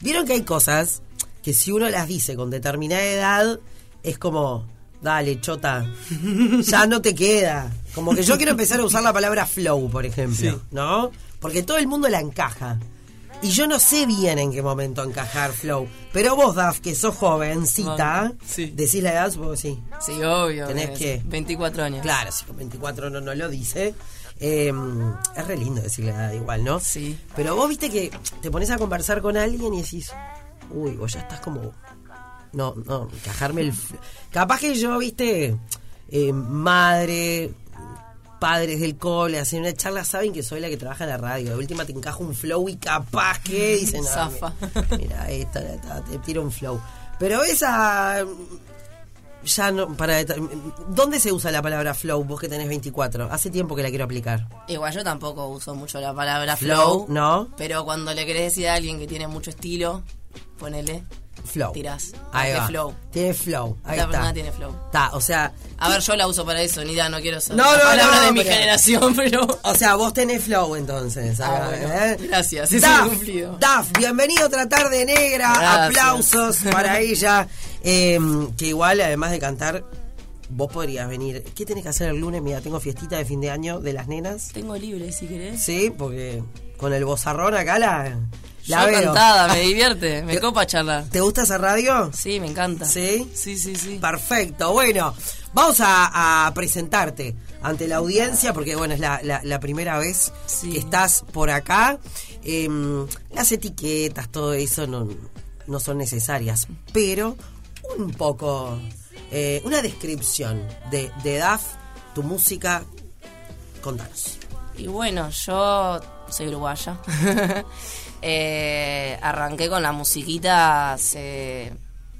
Vieron que hay cosas que si uno las dice con determinada edad, es como, dale, chota, ya no te queda. Como que yo quiero empezar a usar la palabra flow, por ejemplo, Sí. ¿no? Porque todo el mundo la encaja. Y yo no sé bien en qué momento encajar flow. Pero vos, Daf, que sos jovencita, Sí. decís la edad, supongo que sí. Sí, obvio. Tenés es que- 24 años. Claro, si con 24 no, no lo dice. Eh, es re lindo decirle la edad igual, ¿no? Sí. Pero vos viste que te pones a conversar con alguien y decís, uy, vos ya estás como. No, no, cajarme el. fl- Capaz que yo, viste, eh, madre, padres del cole, hacen una charla, saben que soy la que trabaja en la radio. De última te encajo un flow y capaz que dicen, "No, Zafa. mi- Mira, esta, esta, te tiro un flow. Pero esa. mm, Ya no, para. deter- ¿Dónde se usa la palabra flow? Vos que tenés 24. Hace tiempo que la quiero aplicar. Igual yo tampoco uso mucho la palabra Flow, flow. ¿no? Pero cuando le querés decir a alguien que tiene mucho estilo, ponele. Flow. Tirás. Ahí Tiene va. flow. Tiene flow. Ahí Esta está. persona tiene flow. Está, o sea. A ver, yo la uso para eso, Nida, no quiero ser No, la no, palabra no, de mi pero- generación, pero... O sea, vos tenés flow entonces. Ah, acá, bueno. ¿eh? Gracias, es un cumplido. Daf, bienvenido a otra tarde negra. Gracias. Aplausos para ella. Eh, que igual, además de cantar, vos podrías venir. ¿Qué tenés que hacer el lunes? Mira, tengo fiestita de fin de año de las nenas. Tengo libre, si querés. Sí, porque con el bozarrón acá la, la yo veo. cantada, me divierte, me Yo- copa charlar. ¿Te gusta esa radio? Sí, me encanta. ¿Sí? Sí, sí, sí. Perfecto, bueno, vamos a, a presentarte ante la audiencia, porque bueno, es la, la- la primera vez Sí. que estás por acá. Em, las etiquetas, todo eso no, no son necesarias, pero un poco, eh, una descripción de, de DAF, tu música, contanos. Y bueno, yo soy uruguaya. Eh, arranqué con la musiquita hace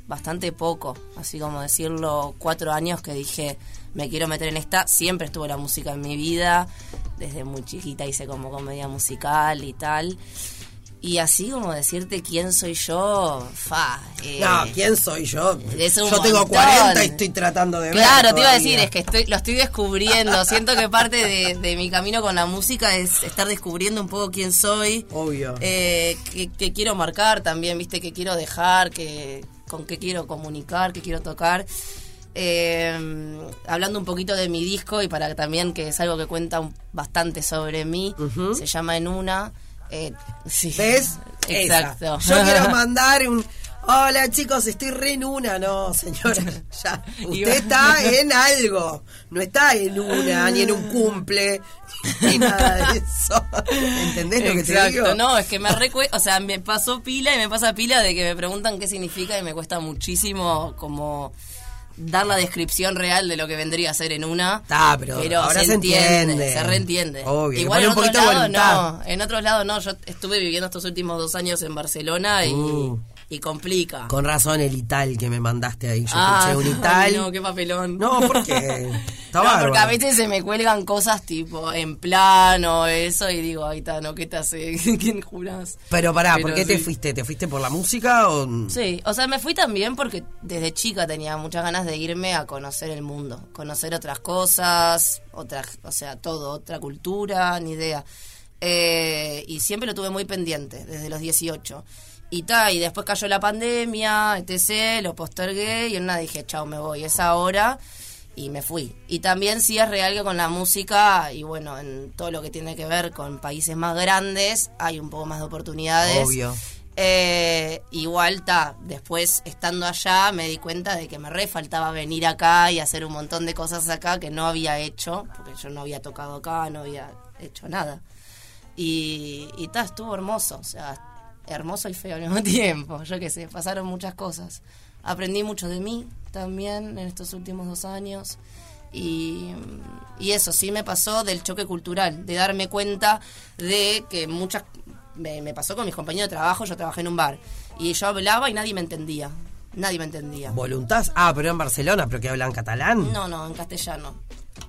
bastante poco, así como decirlo, cuatro años que dije, me quiero meter en esta. Siempre estuvo la música en mi vida, desde muy chiquita hice como comedia musical y tal. Y así como decirte quién soy yo, fa. eh, No, ¿quién soy yo? es un Yo tengo montón. 40 y estoy tratando de ver Claro, te iba todavía. a decir, es que estoy, lo estoy descubriendo. Siento que parte de, de mi camino con la música es estar descubriendo un poco quién soy. Obvio. Eh, que, que quiero marcar también, viste, que quiero dejar, que con qué quiero comunicar, qué quiero tocar. Eh, hablando un poquito de mi disco y para que también que es algo que cuenta un- bastante sobre mí, Ujú. se llama En Una. eh, sí. ¿Ves? Exacto. Esa. Yo quiero mandar un. Hola chicos, estoy re en una, no señora, ya. Usted Iba- está en algo, no está en una, ni en un cumple, ni nada de eso. ¿Entendés lo que te Exacto, digo? No, es que me recue... O sea, me pasó pila y me pasa pila de que me preguntan qué significa y me cuesta muchísimo como dar la descripción real de lo que vendría a ser en una. Está, pero ahora se entiende. Se reentiende. Obvio, Igual le en pone un poquito otros de lados no. voluntad. En otros lados no. Yo estuve viviendo estos últimos dos años en Barcelona y, Uh. y complica. Con razón el Ital que me mandaste ahí, yo Ah, escuché un Ital. No, qué papelón. No, ¿por qué? Está No, bárbaro. porque a veces se me cuelgan cosas tipo en plano, eso, y digo, ay, Tano, ¿qué te hace? ¿Quién jurás? Pero pará, ¿por Pero qué te sí. fuiste? ¿Te fuiste por la música o...? Sí, o sea, me fui también porque desde chica tenía muchas ganas de irme a conocer el mundo, conocer otras cosas, otras, o sea, todo, otra cultura, ni idea. Eh, y siempre lo tuve muy pendiente, desde los 18. Y ta, y después cayó la pandemia, etc., lo postergué y en una dije, chao, me voy, es ahora. Y me fui. Y también sí es real que con la música y bueno, en todo lo que tiene que ver con países más grandes, hay un poco más de oportunidades. Obvio. Eh, igual, ta, después estando allá me di cuenta de que me re faltaba venir acá y hacer un montón de cosas acá que no había hecho, porque yo no había tocado acá, no había hecho nada. Y, y ta, estuvo hermoso, o sea, hermoso y feo al mismo tiempo, yo qué sé, pasaron muchas cosas. Aprendí mucho de mí también en estos últimos dos años. Y, y eso sí me pasó del choque cultural, de darme cuenta de que muchas... Me, me pasó con mis compañeros de trabajo, yo trabajé en un bar y yo hablaba y nadie me entendía, nadie me entendía. ¿Voluntad? Ah, pero en Barcelona, ¿pero que hablan catalán? No, no, en castellano.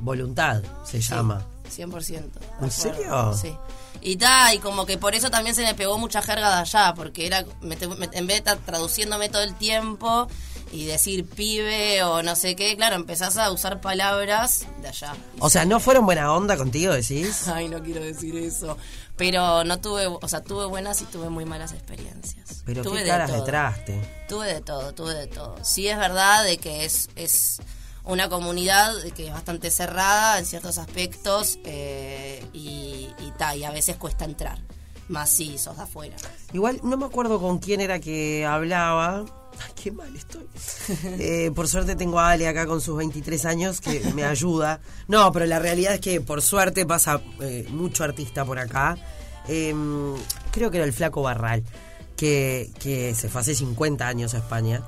Voluntad se Sí, llama. 100%. ¿En serio? Sí. Y ta, y como que por eso también se me pegó mucha jerga de allá, porque era, me te- me- en vez de estar traduciéndome todo el tiempo y decir pibe o no sé qué, claro, empezás a usar palabras de allá. O sea, ¿no fueron buena onda contigo, decís? Ay, no quiero decir eso. Pero no tuve, o sea, tuve buenas y tuve muy malas experiencias. Pero tuve qué caras de, todo. traste. Tuve de todo, tuve de todo. Sí es verdad de que es, es una comunidad que es bastante cerrada en ciertos aspectos eh, y, y, ta, y a veces cuesta entrar. Más si sos de afuera. Igual no me acuerdo con quién era que hablaba. Ay, qué mal estoy. Eh, por suerte tengo a Ale acá con sus 23 años que me ayuda. No, pero la realidad es que por suerte pasa eh, mucho artista por acá. Eh, creo que era el Flaco Barral, que, que se fue hace 50 años a España.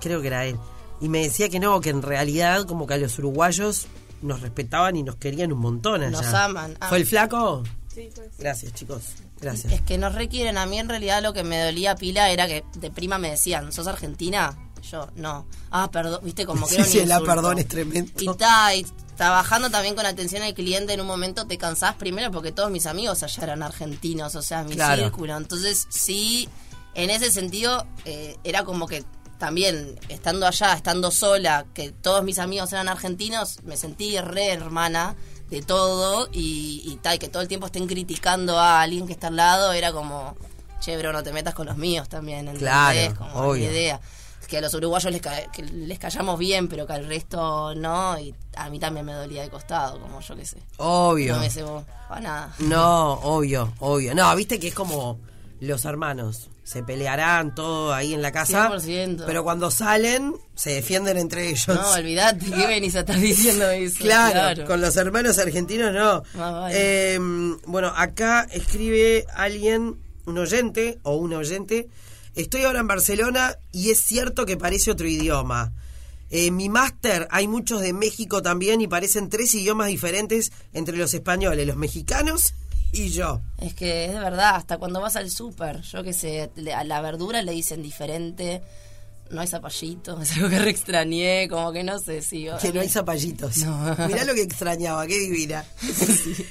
Creo que era él. Y me decía que no, que en realidad como que a los uruguayos nos respetaban y nos querían un montón allá. Nos aman. Ah. ¿Fue el Flaco? Sí, pues. Gracias, chicos. Gracias. Es que nos requieren. A mí en realidad lo que me dolía pila era que de prima me decían, ¿sos argentina? Yo, no. Ah, perdón, viste, como que Sí, era un sí, la insulto. perdón es tremendo. Y, ta, y trabajando también con atención al cliente, en un momento te cansás primero porque todos mis amigos allá eran argentinos, o sea, mi Claro. círculo. Entonces, sí, en ese sentido, eh, era como que también estando allá, estando sola, que todos mis amigos eran argentinos, me sentí re hermana de todo y, y tal, que todo el tiempo estén criticando a alguien que está al lado, era como, che, bro, no te metas con los míos también, ¿entendés? Claro, como ni obvio. idea. Que a los uruguayos les, ca- que les callamos bien, pero que al resto no, y a mí también me dolía de costado, como yo que sé. Obvio. No me cebo para nada. No, obvio, obvio. No, viste que es como los hermanos. Se pelearán todo ahí en la casa. 100%. Pero cuando salen, se defienden entre ellos. No, olvidate, ¿qué venís a estar diciendo eso? Claro, con los hermanos argentinos no. Más vale. Eh, bueno, acá escribe alguien, un oyente o un oyente. Estoy ahora en Barcelona y es cierto que parece otro idioma. Eh, mi máster, hay muchos de México también y parecen tres idiomas diferentes entre los españoles, los mexicanos y yo. Es que es de verdad, hasta cuando vas al súper, yo que sé, le- a la verdura le dicen diferente, no hay zapallito, es algo que re extrañé, como que no sé si... Que no hay zapallitos. No. Mirá lo que extrañaba, qué divina.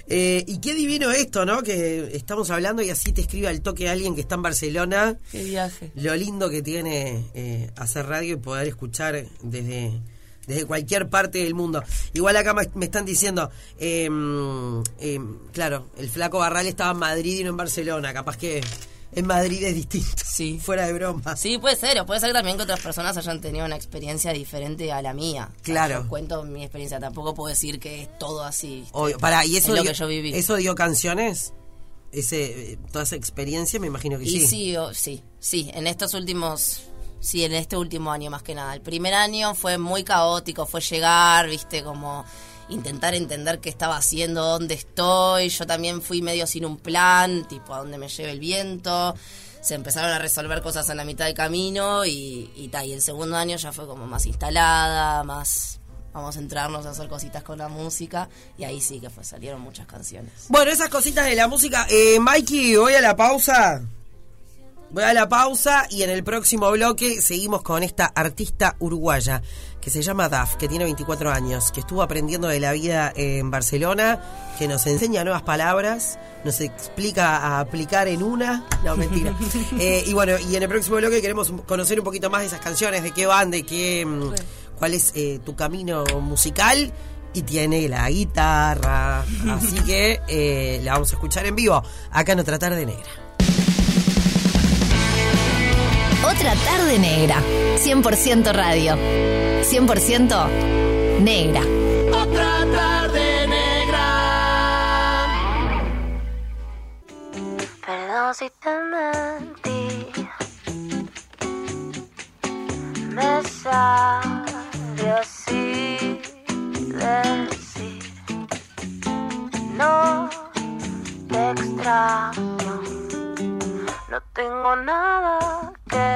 Eh, y qué divino esto, ¿no? Que estamos hablando y así te escribe al toque alguien que está en Barcelona. Qué viaje. Lo lindo que tiene eh, hacer radio y poder escuchar desde, desde cualquier parte del mundo. Igual acá me- me están diciendo, eh, eh, claro, el flaco Barral estaba en Madrid y no en Barcelona. Capaz que en Madrid es distinto. Sí. Fuera de broma. Sí, puede ser, o puede ser también que otras personas hayan tenido una experiencia diferente a la mía. O sea, Claro. yo cuento mi experiencia, tampoco puedo decir que es todo así. Obvio. Pará, y eso Es lo dio, que yo viví. eso dio canciones. Ese, eh, toda esa experiencia, me imagino que Y sí, o- sí, sí, en estos últimos, sí, en este último año más que nada. El primer año fue muy caótico, fue llegar, viste, como intentar entender qué estaba haciendo, dónde estoy. Yo también fui medio sin un plan, tipo a dónde me lleve el viento. Se empezaron a resolver cosas en la mitad del camino y, y ta, y el segundo año ya fue como más instalada, más... Vamos a entrarnos a hacer cositas con la música y ahí sí que fue, salieron muchas canciones. Bueno, esas cositas de la música. Eh, Mikey, voy a la pausa. Voy a la pausa y en el próximo bloque seguimos con esta artista uruguaya que se llama Daf, que tiene 24 años, que estuvo aprendiendo de la vida en Barcelona, que nos enseña nuevas palabras, nos explica a aplicar en una. No, mentira. Eh, y bueno, y en el próximo bloque queremos un- conocer un poquito más de esas canciones, de qué van, de qué. mm, cuál es eh, tu camino musical. Y tiene la guitarra. Así que eh, la vamos a escuchar en vivo acá en Otra Tarde Negra. Otra tarde negra. 100% radio. 100% negra. Perdón si te mentí. Me sabe así decir. No te extraño. No tengo nada que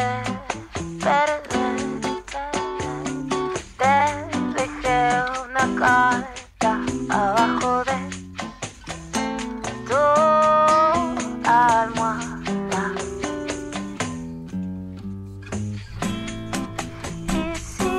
perder. Te dejé una carta abajo de tu almohada. Y si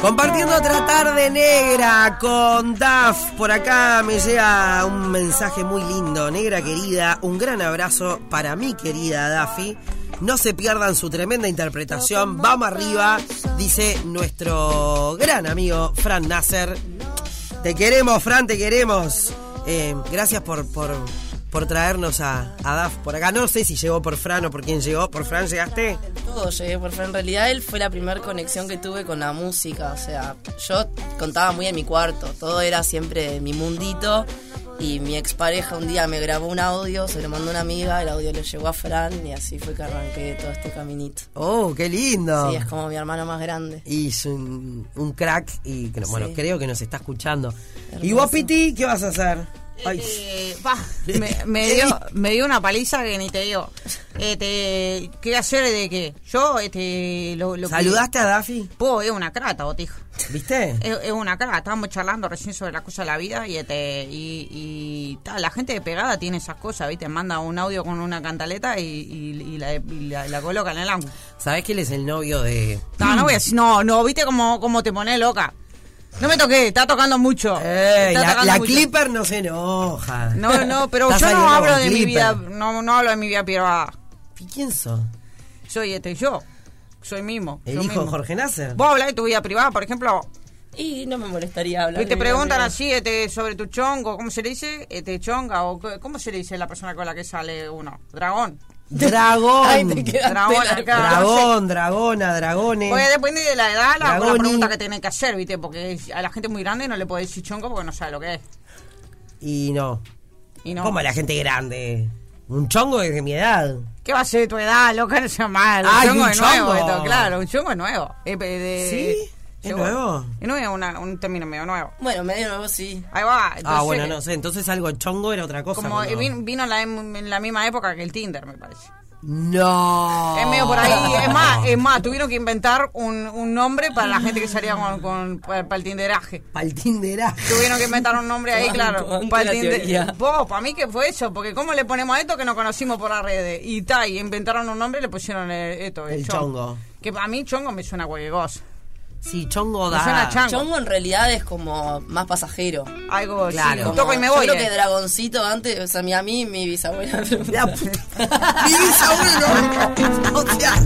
Compartiendo otra tarde negra con Daf. Por acá me llega un mensaje muy lindo. Negra querida, un gran abrazo para mi querida Daffy. No se pierdan su tremenda interpretación. Vamos arriba, dice nuestro gran amigo Fran Nasser. Te queremos, Fran, te queremos. Eh, gracias por, por, por traernos a, a Daf por acá. No sé si llegó por Fran o por quién llegó. ¿Por Fran llegaste? Todo llegué por Fran. eh, En realidad él fue la primera conexión que tuve con la música. O sea, yo contaba muy en mi cuarto. Todo era siempre de mi mundito. Y mi expareja un día me grabó un audio, se lo mandó a una amiga, el audio lo llegó a Fran y así fue que arranqué todo este caminito. Oh, qué lindo. Ah. Sí, es como mi hermano más grande. Y es un, un crack y que no- bueno, Sí. creo que nos está escuchando. ¿Y Hermoso. vos, Piti, qué vas a hacer? Ay, Eh, pa, me, me dio, me dio una paliza que ni te digo. Este, ¿Qué hacer de qué? Yo, este, lo, lo que- ¿Saludaste a Daffy? Po, es una crata, botija. ¿Viste? Es, es una cara, estábamos charlando recién sobre la cosa de la vida y este, y, y ta, la gente de pegada tiene esas cosas, ¿viste? Manda un audio con una cantaleta y, y- y la, y la- la coloca en el ángulo. ¿Sabés que él es el novio de... No, no voy a decir, no, no, ¿viste cómo, cómo te pones loca? No me toqué, está tocando mucho. Eh, está la, tocando la mucho. Clipper no se enoja. No, no, pero Está yo no saliendo hablo con de mi Clipper. vida, no, no hablo de mi vida privada. ¿Y quién son? Soy este, yo. Soy mismo. ¿El yo hijo mismo. de Jorge Nasser? Vos hablás de tu vida privada, por ejemplo, Y no me molestaría hablar. Y te de mi preguntan amigo. así este, sobre tu chongo, ¿cómo se le dice? Este chonga, o co- ¿cómo se le dice la persona con la que sale uno? Dragón. Dragón. Ay, te quedaste Dragón largo. acá. Dragón, dragona, dragones. Pues depende de la edad, la, la Dragoni. pregunta que tienen que hacer, ¿viste? Porque a la gente muy grande no le puede decir chongo porque no sabe lo que es. Y no. Y no. Como la gente grande. Un chongo desde mi edad. ¿Qué va a ser de tu edad, loca? No sea mal. Ay, un chongo un es nuevo, chongo. esto, claro, un chongo es nuevo. Eh, pe- de- ¿Sí? ¿Es Chongo. nuevo? Es nuevo, una- un término medio nuevo. Bueno, medio nuevo sí. Ahí va. ah, entonces, bueno, no sé. Entonces algo chongo era otra cosa. Como cuando- eh, vin- vino la- en la misma época que el Tinder, me parece. No. Es medio por ahí. Es más, es más tuvieron que inventar un, un nombre para la gente que salía con, con- para, para el tinderaje. Pa'l tinderaje. Tuvieron que inventar un nombre ahí, Banco, claro. banco Para la el tinder- teoría. Vos, para mí que fue eso, porque ¿cómo le ponemos a esto que nos conocimos por las redes? Y ta, y inventaron un nombre y le pusieron el- esto, el, El chongo. Que a mí chongo me suena cualquier cosa. Sí, chongo Me da. suena chango. Chongo en realidad es como más pasajero. Algo Claro. claro. Como- toco y me Yo voy. creo eh. que Dragoncito antes, o sea, mi, a mí, mi bisabuela. La puta. Mi bisabuelo. O sea,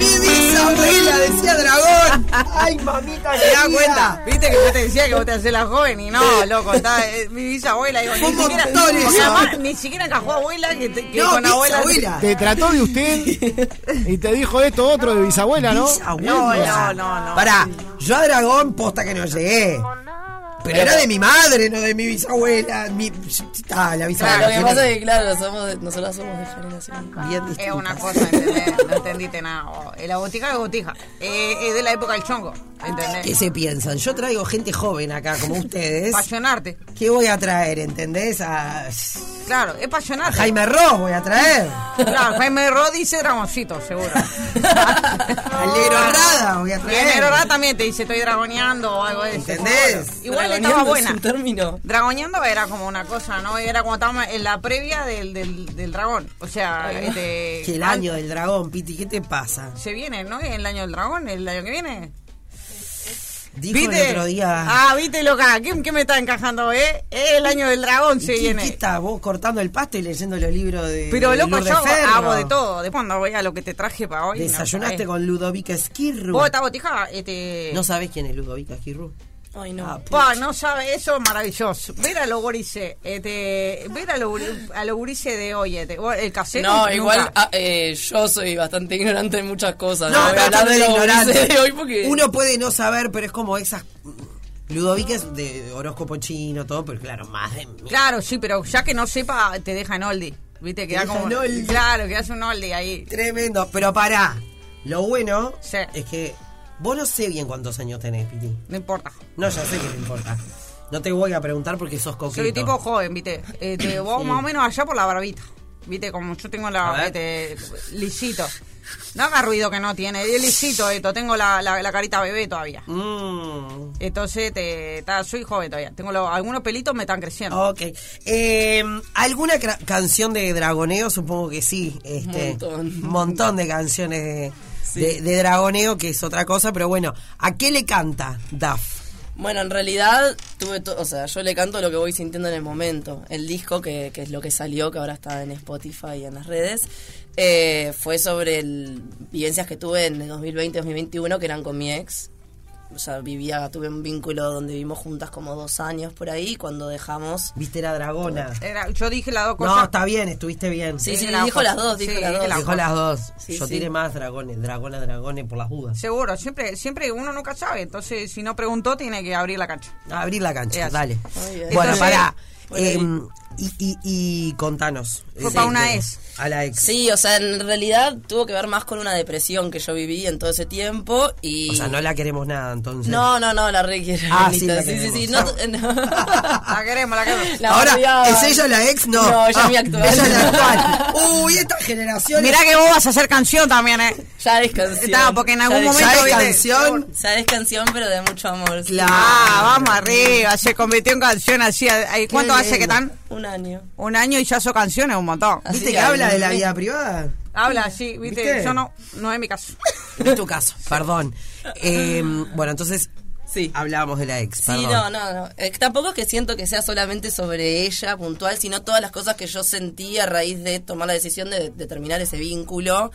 mi bisabuela decía dragón. Ay, mamita, ¿Te das cuenta? ¿Viste que yo te decía que vos te haces la joven? Y no, loco, está, eh, mi bisabuela. Digo, Fue ni un siquiera, montón porque eso. además, ni siquiera encajó abuela que, te- que No, con abuela. bisabuela. Te trató de usted y te dijo esto otro de bisabuela, ¿no? Bisabuela. No, no, no, no. Pará, yo a dragón posta que no llegué. Pero era de mi madre, no de mi bisabuela. Mi... Ah, la bisabuela. Claro, lo que tiene- pasa es que, claro, somos de- nosotras somos de generación. Bien Es distintas. una cosa, ¿entendés? No entendiste nada. vos. Eh, La botija es botija. Eh, es de la época del chongo, ¿Qué ¿entendés? se piensan? Yo traigo gente joven acá, como ustedes. Pasionarte. ¿Qué voy a traer, entendés? A Claro, es a pasionarte. Jaime Ross voy a traer. Claro, Jaime Ro dice dragoncito, seguro. Al negro Rada voy a traer. Jaime Ro también te dice estoy dragoneando o algo de eso. ¿Entendés? Igual estaba Dragoneando buena. Es un término. Dragoneando era como una cosa, ¿no? Era como estábamos en la previa del, del, del dragón. O sea, este, Que el año del dragón, Piti, ¿qué te pasa? Se viene, ¿no? El año del dragón, el año que viene. Dijo el otro día. Ah, viste, loca. ¿Qué, qué me está encajando, eh? Es el año del dragón, ¿Y se qué- viene. qué está vos cortando el pasto y leyendo los libros de. Pero de loco, Lourdes yo Ferro? hago de todo. Después cuando voy a lo que te traje para hoy. no Desayunaste sabés. con Ludovica Esquirru. Vos esta botija, este. No sabés quién es Ludovica Esquirru. Ay, no. Pa, no sabe, eso es maravilloso. Ver a los gurises, este, ver a los guri- a los gurises de hoy, este, o el casero. no, nunca. igual ah, eh, yo soy bastante ignorante en muchas cosas. No, voy pero a hablar no de es los ignorante. gurises de hoy porque Uno puede no saber, pero es como esas. mm, Ludovica es de horóscopo chino, todo, pero claro, más de mí. Claro, sí, pero ya que no sepa, te deja en oldie. Viste, queda deja como. en oldie. Claro, quedas un oldie ahí. Tremendo. Pero pará. Lo bueno Sí. es que vos no sé bien cuántos años tenés, Piti. No importa. No, ya sé que te importa. No te voy a preguntar porque sos coqueto. Soy tipo joven, viste. Este, vos más o menos allá por la barbita. Viste, como yo tengo la. A Este, lisito. No haga ruido que no tiene. Es lisito esto. Tengo la, la, la carita bebé todavía. Mm. Entonces, te, ta, soy joven todavía. Tengo los- algunos pelitos me están creciendo. Ok. Eh, ¿Alguna cra- canción de Dragoneo? Supongo que sí. Este, Montón. montón de canciones de, de- de Dragoneo, que es otra cosa, pero bueno, ¿a qué le canta Duff? Bueno, en realidad tuve to- o sea, yo le canto lo que voy sintiendo en el momento. El disco que, que es lo que salió, que ahora está en Spotify y en las redes, eh, fue sobre el- vivencias que tuve en el 2020-2021 que eran con mi ex. o sea, vivía, tuve un vínculo donde vivimos juntas como dos años por ahí, cuando dejamos. Viste la dragona. Era- Pues yo dije las dos cosas. No, está bien, estuviste bien. Sí, sí, Dije las dijo dos. las dos, dijo Sí, las dije dos. las Dejó las dos. Sí, Yo sí. tiré más dragones, dragona, dragones por las dudas. Seguro, siempre, siempre uno nunca sabe. Entonces, si no preguntó, tiene que abrir la cancha. Abrir la Es cancha, así. dale. Muy bien. Bueno, Entonces, pará. por ahí. em, y, y, y contanos. Fue eh, pa' una de- ex. A la ex. Sí, o sea, en realidad tuvo que ver más con una depresión que yo viví en todo ese tiempo y... O sea, no la queremos nada entonces. No, no, no, la requiere. Ah, sí, la sí, sí, sí, no, queremos. no. Ah. La queremos, la queremos. La Ahora, odiaba. ¿es ella la ex? No. No, ella Ah, es mi actual. Ella es la actual. Uy, esta generación. Mirá que vos vas a hacer canción también, ¿eh? Ya es canción. Está, porque en Ya algún es- momento, ¿Sabes viste, canción? Ya es canción, pero de mucho amor. sí. Claro. Ah, vamos arriba. Se convirtió en canción así. ahí, Qué ¿Cuánto hace lindo. que tan? Un año. Un año y ya hizo canciones, un montón. Así ¿Viste que que habla de la me- vida privada? Habla, sí, viste, ¿Viste? yo no, no es mi caso. No es tu caso, perdón. Eh, bueno, entonces Sí. hablábamos de la ex, Sí, perdón. no, no, no. Eh, tampoco es que siento que sea solamente sobre ella puntual, sino todas las cosas que yo sentí a raíz de tomar la decisión de, de terminar ese vínculo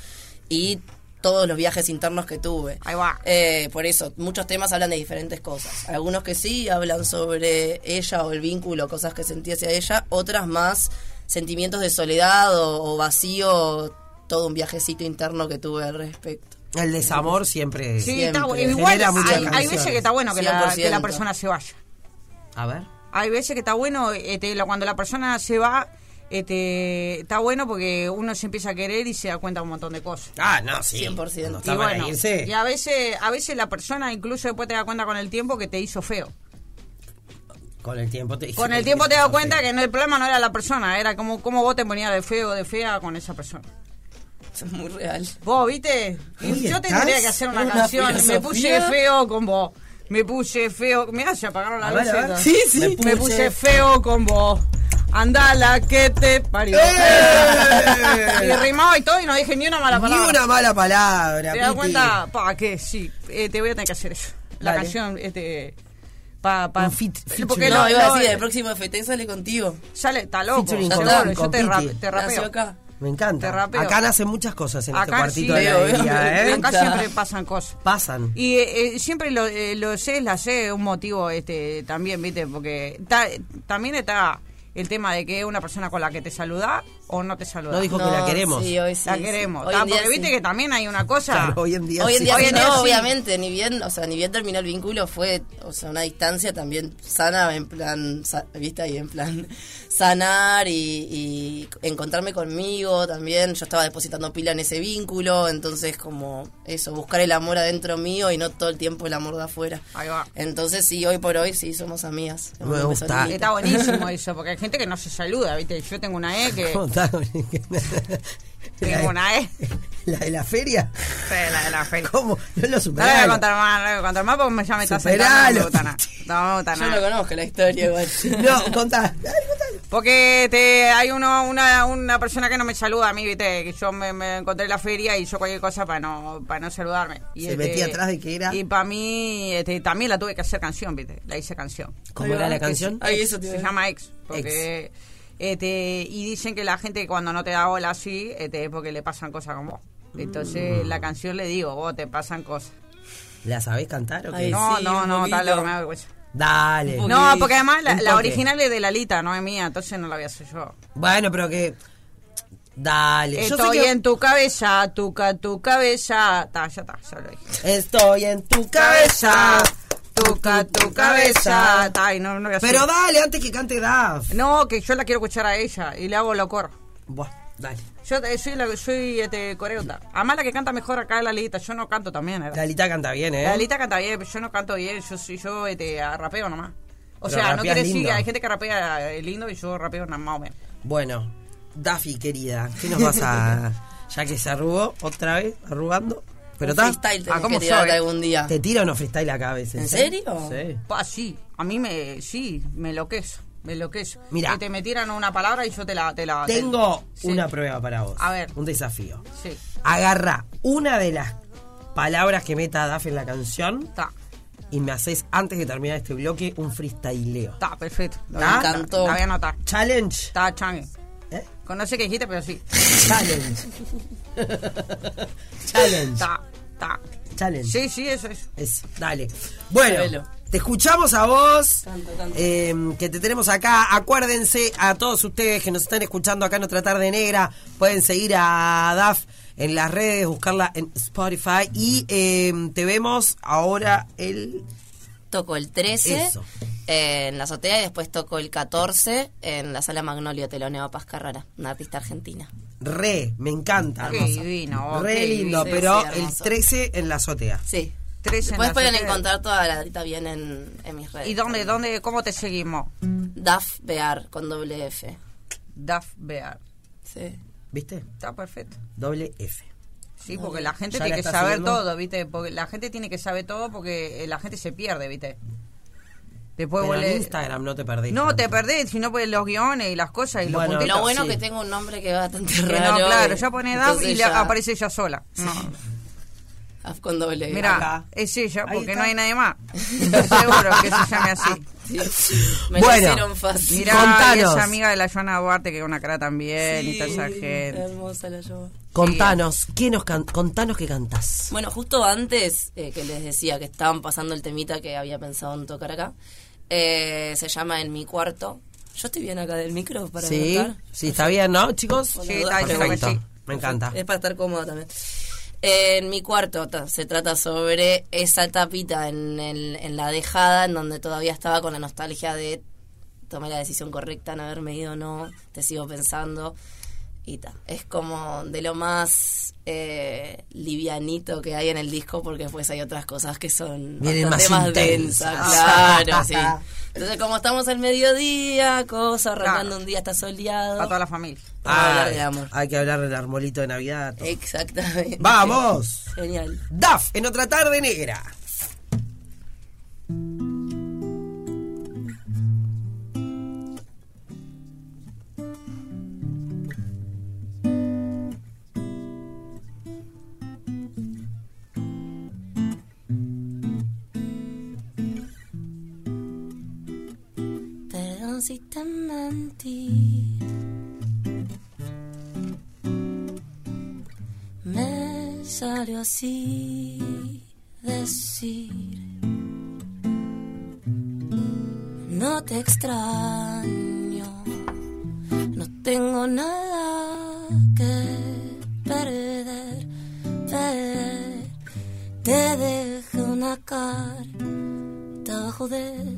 y todos los viajes internos que tuve. Ahí va. Eh, por eso, muchos temas hablan de diferentes cosas. Algunos que sí hablan sobre ella o el vínculo, cosas que sentí hacia ella, otras más sentimientos de soledad o, o vacío, todo un viajecito interno que tuve al respecto. El desamor siempre. Sí, Siempre. está bueno. Igual Genera muchas hay, hay veces canciones. que está bueno que la, que la 100%. persona se vaya. A ver. Hay veces que está bueno, este, la- cuando la persona se va, este, está bueno porque uno se empieza a querer y se da cuenta de un montón de cosas. Ah, no, sí. 100%. Cuando Y está para bueno, irse. y a veces, a veces la persona incluso después te da cuenta con el tiempo que te hizo feo. Con el tiempo te. Con el tiempo te das cuenta que no el problema no era la persona, era como, como vos te ponías de feo o de fea con esa persona. Eso es muy real. Vos, viste, Y Oye, yo estás tendría que hacer una, en una canción, me filosofía. puse feo con vos, me puse feo, mirá, se apagaron A las ver, a ver. luces. Ah, Sí, sí. Me puse, feo con vos. Andala, que te parió. ¡Eh! Y rimaba y todo y no dije ni una mala Ni palabra. una mala palabra. ¿Te das Piti. cuenta? Pa, que sí, eh, te voy a tener que hacer eso. La Dale. canción, este. Pa, pa, Un fit- featuring. porque no, no, iba no, eh. a decir, el próximo FT sale contigo. Sale, está loco. Featuring seguro, con- yo con te, rap- Piti. te Nació rapeo. acá. Me encanta. Te rapeo. Acá nacen muchas cosas en este Acá sí, cuartito de la veo, veo, alegría, veo. ¿eh? acá Está. siempre pasan cosas. Pasan. Y eh, eh, siempre lo, eh, lo sé, la sé, un motivo este también, ¿viste? Porque ta- también está el tema de que es una persona con la que te saluda o no te saluda. No dijo que la queremos. sí, hoy sí, la sí. queremos. Hoy ta, en día Porque viste sí. que también hay una cosa. Claro, hoy en día. Hoy en sí. día, Hoy sí, en día no, sí. obviamente, ni bien, o sea, ni bien terminó el vínculo, fue, o sea, una distancia también sana, en plan, sa- viste ahí, en plan, sanar y, y encontrarme conmigo también. Yo estaba depositando pila en ese vínculo, entonces como eso, buscar el amor adentro mío y no todo el tiempo el amor de afuera. Ahí va. Entonces sí, hoy por hoy sí somos amigas. Le mando Me un beso gusta. lindo. Está buenísimo eso, porque hay gente que no se saluda, ¿viste? Yo tengo una E que. ¿Cómo está? Tengo una E. ¿La de la feria? La de la fe. ¿Cómo? No lo No le voy a superaron. contar más, no le voy a contar más porque ya me está Superalo. sentando. No me gusta nada. No me gusta Yo no nada. conozco la historia igual. No, contá. Dale, contá. Porque te, hay uno, una, una persona que no me saluda a mí, viste, que yo me, me encontré en la feria y yo cualquier cosa para no, para no saludarme. Y este, Se metía atrás de que era. Y para mí, este, también la tuve que hacer canción, viste, la hice canción. ¿Cómo era la canción? Ay, eso te Se iba a llama ex, porque, este, y dicen que la gente cuando no te da bola así, este, es porque le pasan cosas como vos. Entonces la canción le digo, vos te pasan cosas. ¿La sabés cantar o qué? Ay, No, sí, no, un no, poquito. tal me da vergüenza. Dale. Un No, porque además la, Un la toque. original es de Lalita, no es mía, entonces no la voy a hacer yo. Bueno, pero que. Dale. Yo sé Estoy que- en tu cabeza, tu, ca- tu cabeza. Está, ya está, ya lo dije. Estoy en tu cabeza. tu, ca- tu cabeza. Ta, y no, no voy a hacer. Pero dale, antes que cante Daf. No, que yo la quiero escuchar a ella y le hago lo coro. Buah, dale. Yo eh, soy, la, soy este, coreuta. Además, la que canta mejor acá es Lalita. Yo no canto también. era. Lalita canta bien, ¿eh? Lalita canta bien, pero yo no canto bien. Yo, soy- yo este, rapeo nomás. O Pero sea, no rapeás quiere decir lindo. que hay gente que rapea eh, lindo y yo rapeo nada más o menos. Bueno, Daffy, querida, ¿qué nos vas a.? ya que se arrugó otra vez, arrugando. Pero Un está. freestyle Ah, tenemos ¿cómo que tirar soy? algún día. Te tira o no freestyle acá a veces. ¿En ¿eh? serio? Sí. Pa, sí, a mí me, sí, me enloquezo, me enloquezo. Mirá. Que te me tiran una palabra y yo te la... Te la te- Tengo Sí, una prueba para vos. A ver. Un desafío. Sí, Agarra una de las palabras que meta Daffy en la canción está, y me haces, antes de terminar este bloque, un freestyleo. está, perfecto. Me La voy a- encantó. La voy a anotar. Challenge. Está changue. ¿Eh? Conoce que dijiste, pero sí. Challenge. Challenge. Está, está. Challenge. Sí, sí, eso es. Es, dale. Bueno, Sabelo. te escuchamos a vos. Tanto, tanto. eh, que te tenemos acá. Acuérdense a todos ustedes que nos están escuchando acá en otra tarde negra. Pueden seguir a DAF en las redes, buscarla en Spotify. Y eh, te vemos ahora el. Toco el 13 Eso. eh, en la azotea y después toco el 14 en la sala Magnolio Teloneo Paz Carrara, una artista argentina. Re, me encanta. Qué hermosa. divino, vos, Re qué lindo, pero divino. Sí, sí, el hermoso. 13 en la azotea. Sí. Tres en Después la pueden azotea. encontrar toda la data bien en, en mis redes. ¿Y dónde, dónde, cómo te seguimos? DAF Bear con doble F. Daf Bear. Sí. ¿Viste? Está perfecto. Doble F. Sí, porque la gente ¿Ya la tiene que estás saber siguiendo? todo, ¿viste? Porque la gente tiene que saber todo porque eh, la gente se pierde, ¿viste? Después Pero vos en le- Instagram no te perdés. No, te perdés, sino pues los guiones y las cosas Bueno, y los puntitos. Pero Lo bueno sí. que tengo un nombre que va bastante Que raro. no, claro, y- ya pone DAF entonces y le ya aparece ella sola. No. DAF con doble F. Mira, Acá. es ella, Ahí porque está. no hay nadie más. Seguro que se llame así. Sí. Me Bueno. lo hicieron fácil. Mirá, y Contanos. es amiga de la Joana Duarte, que es una cara también, y toda esa gente. Hermosa la yo. Contanos, ¿qué nos can- contanos que cantás. Bueno, justo antes eh, que les decía que estaban pasando el temita que había pensado en tocar acá, eh, se llama En mi cuarto. Yo estoy bien acá del micro para Sí, anotar. sí, está bien, ¿no, chicos? Bueno, Sí, está, yo creo que Perfecto, sí. me encanta. Es para estar cómoda también. Eh, En mi cuarto ta- se trata sobre esa tapita en, el- en la dejada, en donde todavía estaba con la nostalgia de tomé la decisión correcta en haberme ido o no, te sigo pensando. Y ta. Es como de lo más eh, livianito que hay en el disco, porque después hay otras cosas que son Vienen bastante más más densas. intensas. Ah. Claro, sí. Entonces, como estamos al mediodía, cosa, arrancando Claro. un día, está soleado. A toda la familia. Para Ah, hablar de amor. Eh, Hay que hablar del arbolito de Navidad. todo. Exactamente. ¡Vamos! Genial. DAF en otra tarde negra. Perdón si te mentí. Me salió así decir. No te extraño, no tengo nada que perder. perder. Te dejo una carta abajo de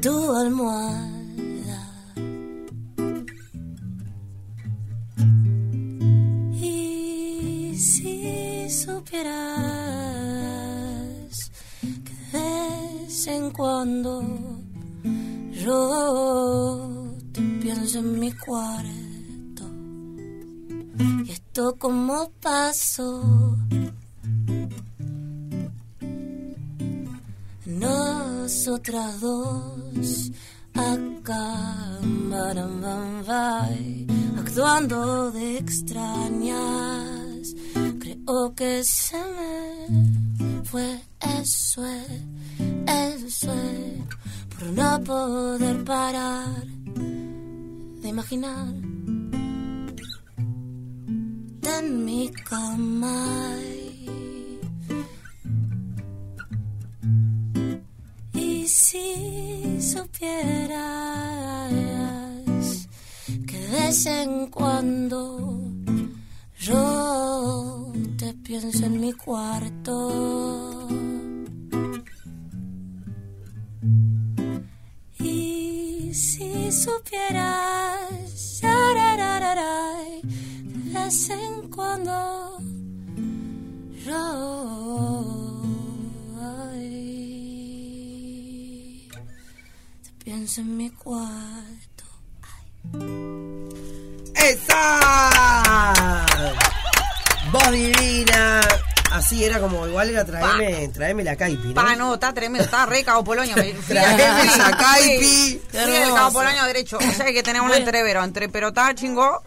tu almohada y si supieras que de vez en cuando yo te pienso en mi cuarto y esto como paso Nosotras dos acá baram, bam, bay, actuando de extrañas. Creo que se me fue el sue, el sue, por no poder parar de imaginar. En mi cama. Y si supieras que de vez en cuando yo te pienso en mi cuarto. Y si supieras, yararararay, de vez en cuando Ay, te pienso en mi cuarto. ¡Esa! Voz divina. Así era como, igual era traeme, traeme la caipi, ¿no? Pa, no, está tremendo, está re Cabo Polonio. me- fui al- Traeme esa fui- caipi. Fui el Cabo Polonio derecho. O sea que tenemos un entrevero entre Perotá, Chingó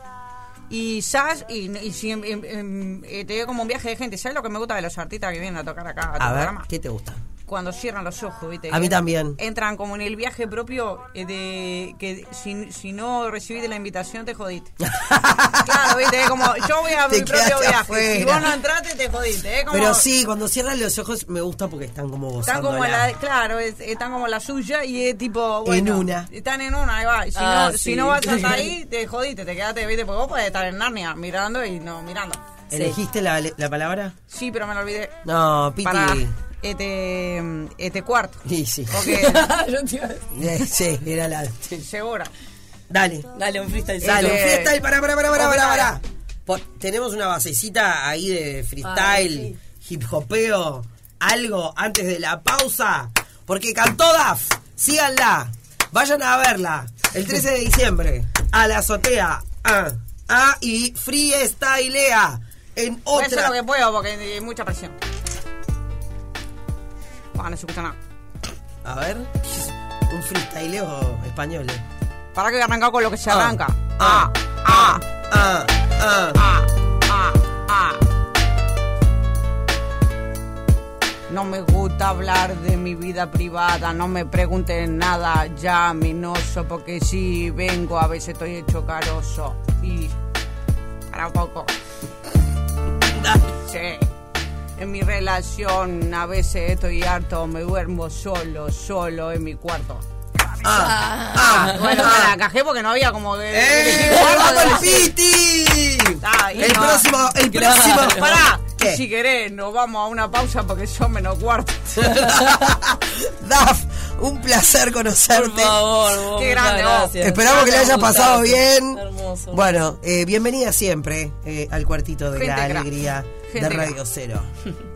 y Sash. Y, y si, em, em, em, eh, te digo como un viaje de gente. ¿Sabes lo que me gusta de los artistas que vienen a tocar acá a tu A ver, programa? ¿qué te gusta? cuando cierran los ojos, ¿viste? A mí Que también. Entran como en el viaje propio eh, de que si, si no recibiste la invitación te jodiste. claro, ¿viste? Es como yo voy a Te mi propio quedaste viaje. afuera. Si vos no entraste te jodiste. Es como, Pero sí, cuando cierran los ojos me gusta porque están como Están gozando. como la, claro, es- están como la suya y es tipo, bueno, En una. Están en una, ahí va. Si, Ah, no, si sí. no vas hasta ahí, te jodiste, te quedaste, viste, porque vos podés estar en Narnia mirando y no mirando. ¿Elegiste la, la palabra? Sí, pero me lo olvidé. No, Piti. Para este, este cuarto. Sí, sí. Porque Yo te iba a decir. Eh, Sí, era la. segura. Dale. Dale, un freestyle. Dale, Eh, freestyle, pará, pará, pará, pará, pará, ojalá. pará. Pon- tenemos una basecita ahí de freestyle, hip hopeo, algo antes de la pausa. Porque cantó DAF, síganla, vayan a verla. El 13 de diciembre, a la azotea, ah, ah, y freestylea en Voy a hacer otra. lo que puedo porque hay mucha presión. Bueno, no se escucha nada. A ver, un freestyleo español. eh. Para que voy a arrancar con lo que se Ah, arranca. ah, Ah, ah, Ah, ah. ah, ah, ah. No me gusta hablar de mi vida privada, no me pregunten nada ya, minoso, porque si vengo a veces estoy hecho caroso. Y. para un poco. Sí. En mi relación a veces estoy harto, me duermo solo, solo en mi cuarto. Ah, bueno, me la cajé porque no había como que. ¡Eh! ¡Vamos al Piti! Ah, y El no. próximo, el Claro. próximo. Pará, ¿Qué? si querés, nos vamos a una pausa porque yo menos cuarto. Daf, un placer conocerte. Por favor, vos, Qué muchas grande vos. gracias. Esperamos que le hayas Gustazo. pasado bien. Hermoso. Bueno, eh, bienvenida siempre eh, al cuartito de la Gente cra. alegría de Gente cra. Radio Cero.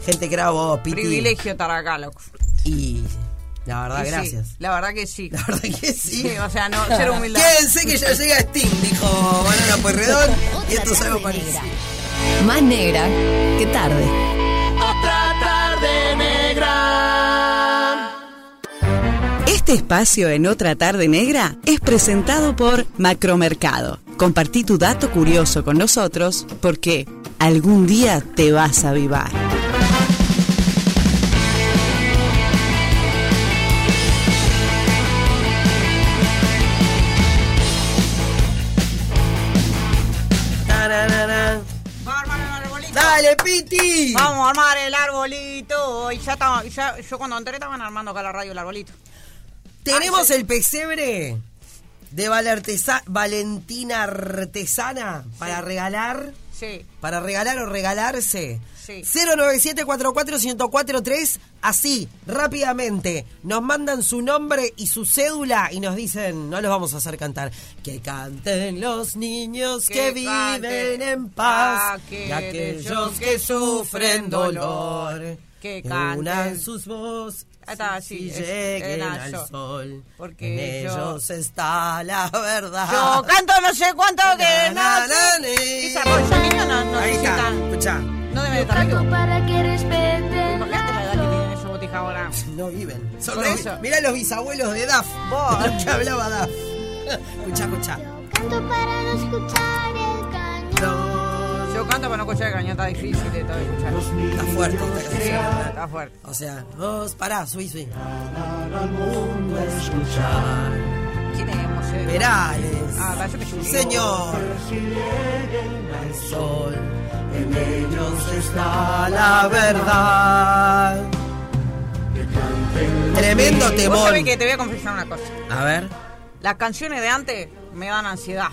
Gente grabo, Piti. Privilegio estar acá, loco. Y la verdad, Y sí, Ah, gracias. la verdad que sí. La verdad que sí. Sí, o sea, no, ser humildad. Quédense que ya llega Sting, dijo Banana Puerredón. Y esto es algo Otra tarde parecido. negra. Más negra que tarde. Este espacio en Otra Tarde Negra es presentado por Macromercado. Compartí tu dato curioso con nosotros porque algún día te vas a avivar. Tararara. Vamos a armar el arbolito. Dale, Piti. Vamos a armar el arbolito. Y ya estaba, ya, yo cuando entré estaban armando acá la radio el arbolito. Tenemos el pesebre de Valertesa- Valentina Artesana para regalar. Sí. Para regalar o regalarse. Sí. 097 1043 Así, rápidamente. Nos mandan su nombre y su cédula y nos dicen, no los vamos a hacer cantar. Que canten los niños que, Que viven canten en paz. Y aquellos aquellos que que sufren sufren dolor. dolor. Que unan canten. sus voces Ahí está, y sí, es- lleguen era al yo. sol. Porque en yo- ellos está la verdad. Yo canto no sé cuánto que Ah. Na, no. na, sé. na, Esa rolla niño no, no Ahí sé si está, tan- escuchá. No debe de estar vivo. para que respeten Imagínate la edad que tienen esos botijas ahora. No viven. Son Por los- eso. mirá los bisabuelos de Daf. Lo que hablaba Daf. Escuchá, escuchá. Canto para no escuchar el cañón. Yo canto para no escuchar el cañón, está difícil de todo escuchar. Está fuerte esta Sí, canción. está fuerte. O sea, vos pará, subí, subí. ¿Quién es Mosé? Perales. Ah, parece que es un Señor. sol, en ellos está la verdad. Tremendo Vos temor. sabés que te voy a confesar una cosa. A ver, Las canciones de antes me dan ansiedad.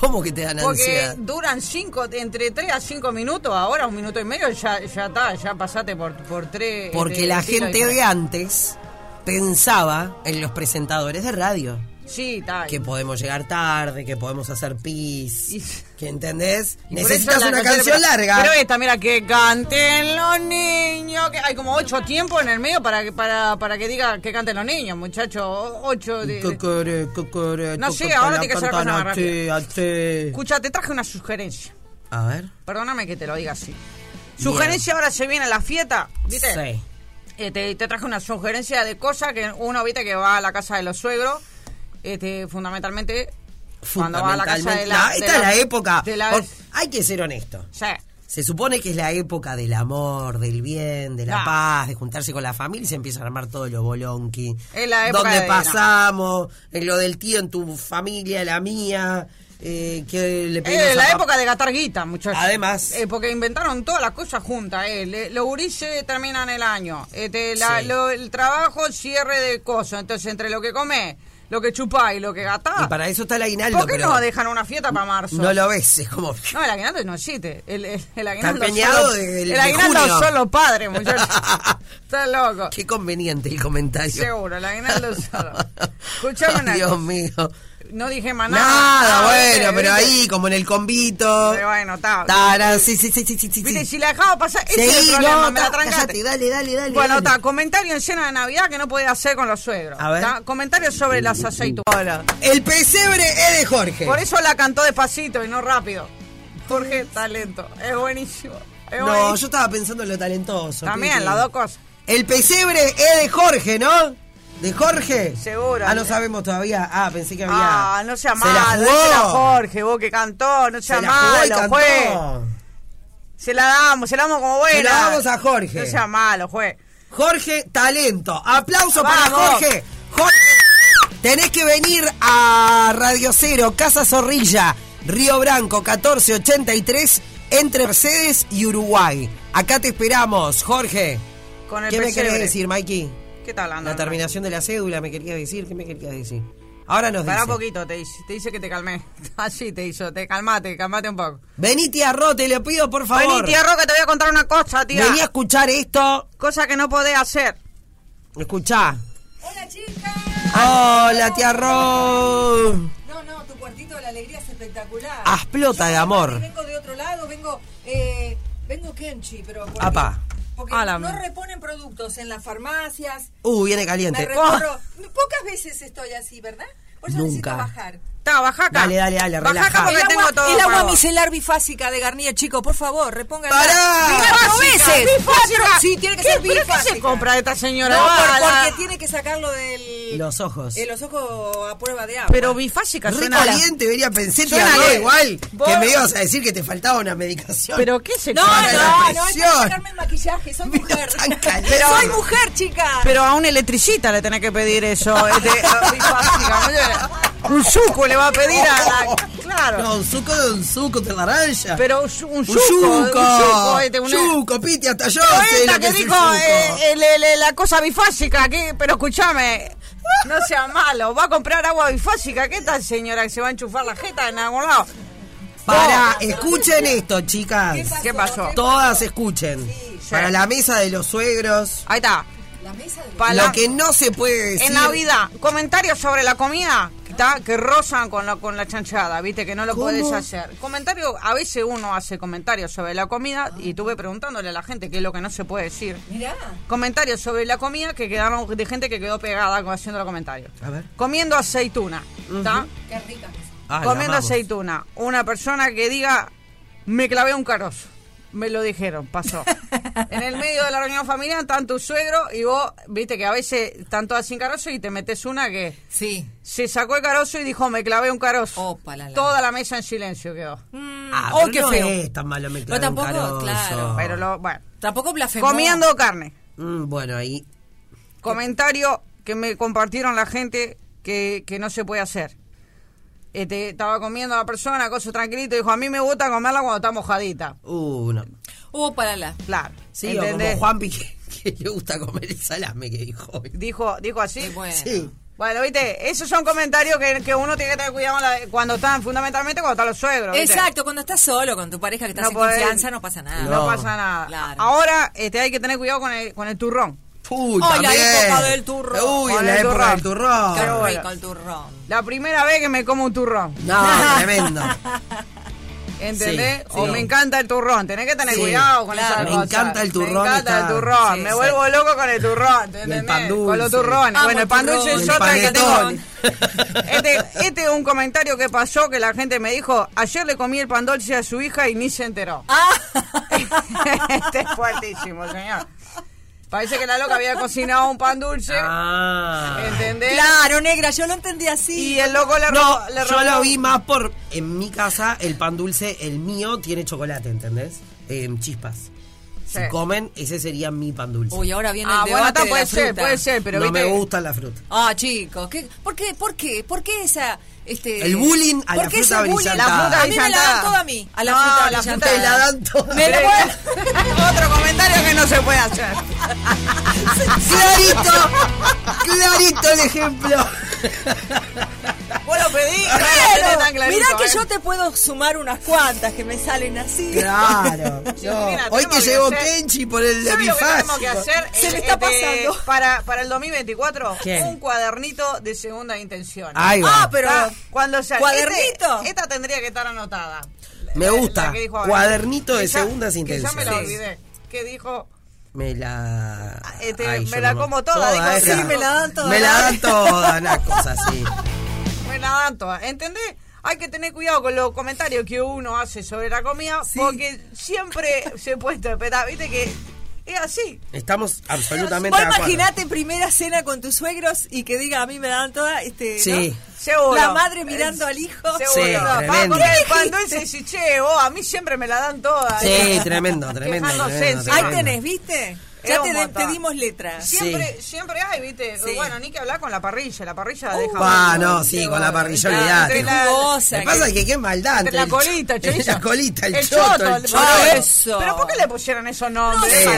¿cómo que te dan Porque ansiedad? duran cinco, entre 3 a 5 minutos, ahora un minuto y medio ya, ya está, ya pasaste por, por tres. Porque este, la estilos gente de diferentes. antes pensaba en los presentadores de radio. Sí, está. Que podemos llegar tarde, que podemos hacer Y- pis. ¿Que entendés? Y por Necesitas eso la una canción pero- larga. Pero esta, mira, que canten los niños. Que hay como ocho tiempos en el medio para que, para, para que diga que canten los niños, muchachos. Ocho de- Cocoré, cocoré, No sé, cocoré, ahora la tiene que ser cantan cosa más así, así. Escucha, te traje una sugerencia. A ver. Perdóname que te lo diga así. Sugerencia ahora se viene la fiesta, ¿viste? Sí. Eh, te, te traje una sugerencia de cosas que uno, viste, que va a la casa de los suegros, este, fundamentalmente, cuando va a la casa de Fundamentalmente. la... Ah, No, de esta es la época. de la- Por- Hay que ser honesto. Sí. Se supone que es la época del amor, del bien, de la Ah. paz, de juntarse con la familia y se empiezan a armar todo lo bolonqui. Es la época ¿Dónde de- pasamos? En lo del tío, en tu familia, la mía. Eh, que le pedimos Eh, a la papá. época de gastar guita, muchachos. Además. Eh, porque inventaron todas las cosas juntas. Eh. Le- los gurises terminan el año. Este, la- Sí. lo- el trabajo, cierre de cosas. Entonces, entre lo que comés, lo que chupás y lo que Y gastás. para eso está el aguinaldo. ¿Por qué pero no dejan una fiesta para marzo? No lo ves, es como... No, el aguinaldo no existe. El, el, el aguinaldo empeñado solo- desde el- el de aguinaldo junio. son los padres, muchachos. Está loco. Qué conveniente el comentario. Seguro, el aguinaldo solo. Escuchame una Dios cosa. mío. No dije más nada. Nada, Ah, bueno, viste, pero viste. ahí, como en el convito. Pero bueno, está. Tará, sí, sí, sí, sí, sí, sí. Viste, si la dejaba pasar, ese es Seguí, el problema, no, me la ta- callate, trancaste. dale, dale, dale. Bueno, dale. está, comentario en cena de Navidad que no podía hacer con los suegros. A ver. ta. Comentario sobre las aceitunas. El pesebre es de Jorge. Por eso la cantó despacito y no rápido. Jorge, talento. Es buenísimo. Es No, buenísimo. yo estaba pensando en lo talentoso. También, Piqui. las dos cosas. El pesebre es de Jorge, ¿no? ¿De Jorge? Seguro. eh. Ah, no sabemos todavía. Ah, pensé que había. Ah, no sea Se la malo. jugó. dísela a Jorge, vos que cantó, no sea Se la jugó y malo, pues. juez. cantó. Se la damos, se la damos como buena. Se la damos a Jorge. No sea malo, juez. Jorge Talento. Aplauso para Vamos. Jorge. Jorge, tenés que venir a Radio Cero, Casa Zorrilla, Río Branco, 1483, entre Mercedes y Uruguay. Acá te esperamos, Jorge. Con el ¿Qué me pesebre. querés decir, Mikey? ¿Qué está hablando? La terminación de la cédula, ¿me querías decir? ¿Qué me querías decir? Ahora nos Pará dice. un poquito, te dice, te dice que te calmé. Así te hizo, te calmate, calmate un poco. Vení, tía Ro, te lo pido, por favor. Vení, tía Roca, te voy a contar una cosa, tía. Vení a escuchar esto. Cosa que no podés hacer. Escuchá. Hola, tía Ro. No, no, tu cuartito de la alegría es espectacular. Ah, explota de amor. Vengo de otro lado, vengo, eh, vengo Kenchi, pero porque, Apa. porque A la no m- reponen productos en las farmacias. Uh, viene Me caliente. Ah, recorro- Pocas veces estoy así, ¿verdad? Por eso necesito Nunca. bajar. Está, bajá acá. Dale, dale, dale, Bajá acá relajá. porque el tengo agua, todo el agua para vos. micelar bifásica de Garnier, chicos, por favor, repongan. ¡Pará! ¡Cuatro Bifásica, veces! bifásica. Cuatro- Sí, tiene que ¿Qué- ser pero bifásica. ¿Qué se compra esta señora? No, Va, por- la- porque tiene que sacarlo del... Los ojos. de los ojos a prueba de agua. Pero bifásica Re suena... caliente, venía a pensar que Suena habló que- igual que vos- me ibas a decir que te faltaba una medicación. Pero ¿qué se No, compra? no, la no, hay que presión. sacarme el maquillaje, soy Mira, mujer. tan caliente. Pero soy mujer, chica. Pero a un electricista le tenés que pedir eso. este, eh, bifásica, ¿no? un suco le va a pedir a la... Claro. No, un suco de un suco de naranja. Pero un, su- un un suco, un suco, este, yuco. un- Yuco, Piti, hasta yo Pero sé esta lo que que es un dijo suco. eh, el- el- el- la cosa bifásica, que, pero escúchame, no sea malo, va a comprar agua bifásica, ¿qué tal señora que se va a enchufar la jeta en algún lado? Para, escuchen esto, chicas. ¿Qué pasó? Todas escuchen. Para la mesa de los suegros. Ahí está. Para lo la- que no se puede decir. En Navidad, comentarios sobre la comida que está- que rozan con la, con la chanchada, viste, que no lo ¿Cómo? podés hacer. Comentario, a veces uno hace comentarios sobre la comida y tuve preguntándole a la gente qué es lo que no se puede decir. Mirá. Comentarios sobre la comida que quedaron de gente que quedó pegada con- haciendo los comentarios. A ver. Comiendo aceituna, ¿está? Ah, la Comiendo amamos. aceituna. Una persona que diga, me clavé un carozo. Me lo dijeron, pasó. en el medio de la reunión familiar están tu suegro y vos, viste que a veces están todas sin carozo y te metes una que Sí. se sacó el carozo y dijo, me clavé un carozo. Opa, la, la. Toda la mesa en silencio quedó. Ah, Oh, pero qué no feo. es tan malo me clavé un tampoco, carozo. claro. Pero lo, bueno. Tampoco blasfemó. Comiendo carne. Mm, bueno, ahí. comentario que me compartieron la gente que, que no se puede hacer. Este, estaba comiendo la persona, cosa tranquilito, dijo, a mí me gusta comerla cuando está mojadita. Uh, no. Uh, para la. Claro. Sí, ¿entendés? o como Juanpi que, que le gusta comer el salame que dijo. Dijo, dijo así. Qué bueno. Sí. Bueno, viste, esos son comentarios que, que uno tiene que tener cuidado la- cuando están, fundamentalmente cuando están los suegros. ¿viste? Exacto, cuando estás solo con tu pareja que estás No en podés- confianza no pasa nada. No, No. pasa nada. Claro. Ahora este, hay que tener cuidado con el, con el turrón. Uy, Ay, la también. época del turrón. Uy, Con la el época turrón. del turrón. Qué Pero bueno. rico el turrón. La primera vez que me como un turrón. No, tremendo. ¿Entendés? Sí, O sí. me encanta el turrón. Tenés que tener Sí, cuidado con claro. esas Me cosas. encanta el turrón, Me encanta está- el turrón. sí, me sí. vuelvo loco con el turrón. ¿entendés? pan Con los dulce. turrones. Amo bueno, el el pan turrón. dulce es El otra que tengo. panetón. Este, este es un comentario que pasó que la gente me dijo, ayer le comí el pan dulce a su hija y ni se enteró. Ah. este es fuertísimo, señor. Parece que la loca había cocinado un pan dulce. Ah. ¿Entendés? Claro, negra, yo lo entendí así. Y el loco le No, robó- le yo robó- lo vi más por. En mi casa, el pan dulce, el mío, tiene chocolate, ¿entendés? Em, chispas. Sí. Si comen, ese sería mi pan dulce. Uy, ahora viene Ah, el bueno, debate está, de puede la ser, fruta. puede ser, pero no viste. me gustan la fruta. Ah, chicos, ¿qué, ¿por qué? ¿Por qué? ¿Por qué esa eh, este El bullying a la ¿por qué fruta ese bullying? brillantada. La fruta A mí me la dan brillantada. toda a mí, a la No, fruta la fruta brillantada. Te la dan toda. Me la pueden- Otro comentario que no se puede hacer. ¡Clarito! ¡Clarito el ejemplo! Vos lo pedí. no lo tenés Claro, tan clarito, mirá que ¿eh? yo te puedo sumar unas cuantas que me salen así. Claro. no. Cristina, Hoy tenemos que que llegó hacer- Kenchi por el ¿Sabe lo que tenemos que epifásico. hacer? Se Eh, me está eh, pasando. Para, para el 2024, ¿Qué? un cuadernito de segunda intención. Ahí va. Ah, pero Ah, cuando sea. ¿Cuadernito? este- esta tendría que estar anotada. Me La- gusta. la que dijo Abel. Cuadernito de Que ya- segundas Que ya me la intenciones. olvidé. Que dijo. Me la. Este, yo me la no como toda, digo, esa. sí, me la dan toda. Me la dan toda, una cosa así. Me la dan todas. ¿eh? ¿Entendés? Hay que tener cuidado con los comentarios que uno hace sobre la comida porque siempre se puede interpretar. Viste que es así. Estamos absolutamente Vos de acuerdo. imaginate primera cena con tus suegros y que diga a mí me la dan toda, este, ¿no? Sí. Seguro. Eh, La madre mirando al hijo. Seguro. Sí, Va a comer tremendo. pan dulce y dice, che, vos, a mí siempre me la dan todas. Sí, tremendo, tremendo, Quejándose, tremendo, sí. Ahí tremendo. tenés, ¿viste? Era Ya un te, montón. te dimos letras. Siempre, siempre hay, viste. Sí. Bueno, ni que hablar con la parrilla. La parrilla deja. Ah, no, sí, con la parrilla, Claro, olvidate. entre la- jugosa, Me pasa que qué maldad. entre la el- colita, el chorizo. La colita, el, El choto, choto, el el- choro. Ah, es- eso. ¿Pero por qué le pusieron esos No nombres? Sí.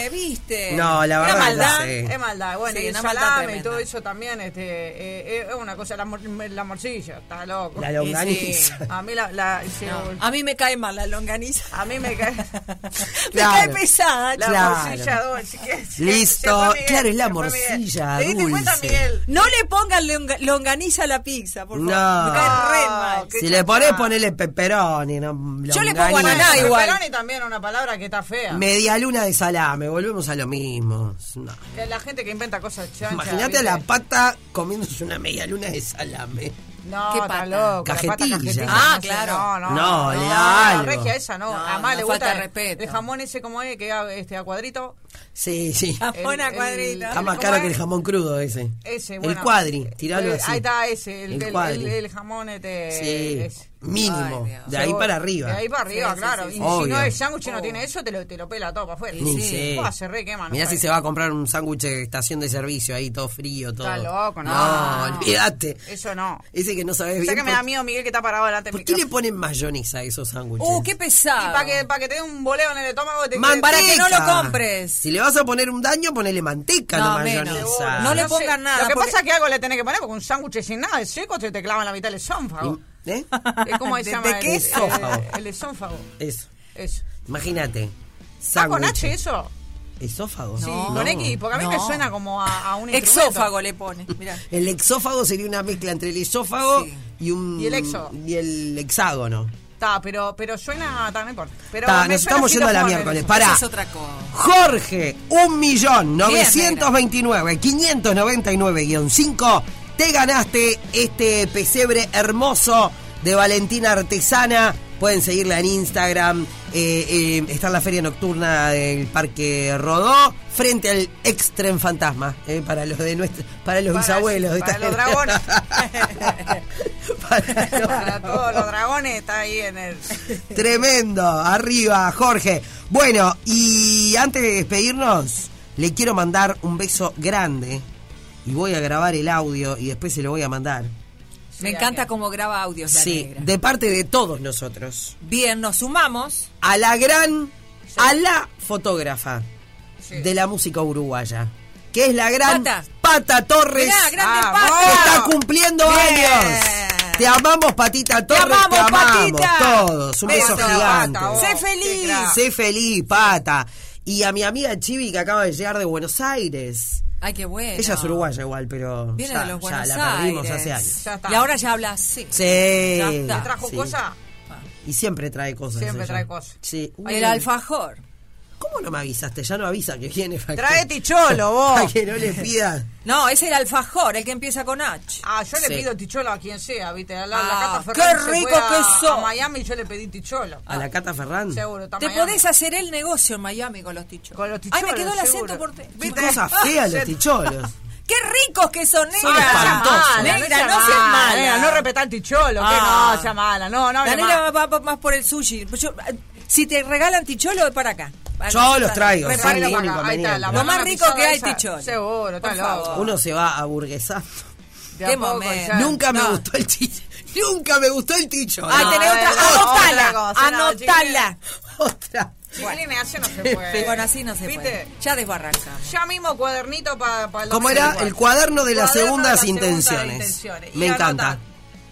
sé, ¿viste? No, la Es verdad maldad, que no sé. es maldad. Bueno, Sí, y el una maldad salame y tremenda. todo eso también este, eh, eh, es una cosa. La, mor- la morcilla, está loco. La Sí, longaniza. A mí la... la- sí, A mí me cae mal la longaniza. A mí me cae... Me Claro. cae pesada, La chico. Claro. morcilla dulce. que- se- Listo. se fue Miguel, Claro, es la se fue Miguel. morcilla ¿Te diste cuenta, dulce. Miguel? No le pongan longa- longaniza a la pizza, por favor. No. Me cae re No, mal. qué Si le pones, chorrada. ponele pepperoni. No, Yo le longaniza. pongo ananá Bueno, igual. pepperoni también una palabra que está fea. Media luna de salame, volvemos a lo mismo. No. Que La gente que inventa cosas chanchas. Imagínate a ¿viste? la pata comiéndose una media luna de salame. No, ¿Qué está pata? loco. la pata Cajetilla. Ah, no sé, claro. No, no. No, le da algo. La regia esa no. No, Además no le falta gusta respeto. el jamón ese como es, que a- este, a cuadrito. Sí, sí. Jamón a El- el- cuadrita. Está más ¿cómo caro es? que el jamón crudo ese. Ese, bueno. El cuadri, tiralo Eh, así. Ahí está ese, el, El el, el, cuadri. el jamón este. Sí, ese. mínimo. Ay, Dios. de ahí Seguro. para arriba. De ahí para arriba, claro. Y si Obvio. no, el sándwich Oh. no tiene eso, te lo, te lo pela todo para afuera. Ni sé. Buah, se re quema. no Mirá si sabe. se va a comprar un sándwich de estación de servicio ahí, todo frío, todo. Está loco, no. No, olvídate. Eso no. Ese que no sabes O bien. sea que me por- da miedo Miguel que está parado delante del ¿Por qué le micrófono. ponen mayonesa a esos sándwiches? Uh, qué pesado. Para que, pa' que te dé un boleo en el estómago. Te, Manteca. para que no lo compres. Si le vas a poner un daño, ponele manteca, no, No, mayonesa. menos. No le sé, pongan nada, Lo que porque- pasa es que algo le tenés que poner porque un sándwich sin nada de seco se te clava en la mitad del esófago. ¿Eh? Es como se ¿De- llama de el, qué el- esófago? el esófago. Eso. Eso. Imagínate. ¿Está Ah, con sándwich. H eso? ¿Esófago? Sí, con X, porque a mí me No. suena como a, a un instrumento. Exófago le pone. Mirá. El exófago sería una mezcla entre el esófago Sí. y un. Y el exo. y el hexágono. Está, pero, pero suena, ta, no importa. Pero Ta, me nos suena ¿eh? estamos así yendo a la como miércoles. el- Pará. Eso es otra cosa. Jorge, 1.929.599-5, te ganaste este pesebre hermoso de Valentina Artesana. Pueden seguirla en Instagram. eh, eh, está en la feria nocturna del Parque Rodó, frente al Extrem Fantasma, eh, para los de nuestro, para los Para- bisabuelos. de para esta los generación. Para los Para todos los dragones está ahí en el... Tremendo, arriba Jorge. Bueno, y antes de despedirnos, le quiero mandar un beso grande y voy a grabar el audio y después se lo voy a mandar. Me encanta cómo graba audios la Sí, negra. de parte de todos nosotros. Bien, nos sumamos. A la gran, a la fotógrafa de la música uruguaya, que es la gran Pata. Pata, Torres. Mirá, grande Ah, Pato. que Está cumpliendo Bien. años. Te amamos, Patita Torres. Te amamos, amamos, Patita. todos. Un beso, Beso, gigante. Pata, vos. Sé Qué feliz. crack. Sé feliz, pata. Y a mi amiga Chivi que acaba de llegar de Buenos Aires. Ay, qué bueno. Ella es uruguaya igual, pero Viene ya, de los ya Buenos la perdimos Aires. hace años. Ya está. Y ahora ya habla así. Sí. Ya está. ¿Trajo Sí. cosas? Y siempre trae cosas. Siempre ella. trae cosas. Sí. El alfajor. ¿Cómo no me avisaste? Ya no avisa que viene. para que- Trae ticholo, vos. Para que no le pidas. No, es el alfajor, el que empieza con H. Ah, yo le Sí. pido ticholo a quien sea, ¿viste? A la, Ah, la Cata qué Fernández se rico fue a- que sos. Ah. A Miami y yo le pedí ticholo. A la Cata Ferrán. Seguro, está Te Miami. podés hacer el negocio en Miami con los ticholos. Con los Ay, me ticholos, quedó el seguro. acento por... te- Qué ¿Viste? cosa Ah, fea los se- ticholos. ¡Qué ricos que son, negra! Son espantosos. Negra, no seas mala. Negra, no repetar el ticholo, Ah. que no, sea mala. No, no, La hable negra mal. va, va- va más por el sushi. Yo- si te regalan ticholo, es para acá. Yo los traigo, Reparto. Repará Repararlo sin para ningún acá. Ahí está, la inconveniente. Lo más banana rico que pisada hay esa. ticholo. Seguro, está Por loco. favor. Uno se va aburguesando. De a Qué poco, momento. ya. Nunca me no. gustó el ticho. Nunca me gustó el ticho. Ay, No, tenés eh, otra. no, Anotala. otra cosa, no, anotala. Otra. Chiquilines, así no se puede. Bueno, así no se Eh, ¿Viste? puede. Ya desbarrancamos. Ya mismo cuadernito para el ¿Cómo era? El cuaderno de las segundas intenciones. intenciones. Y Me anotá. encanta.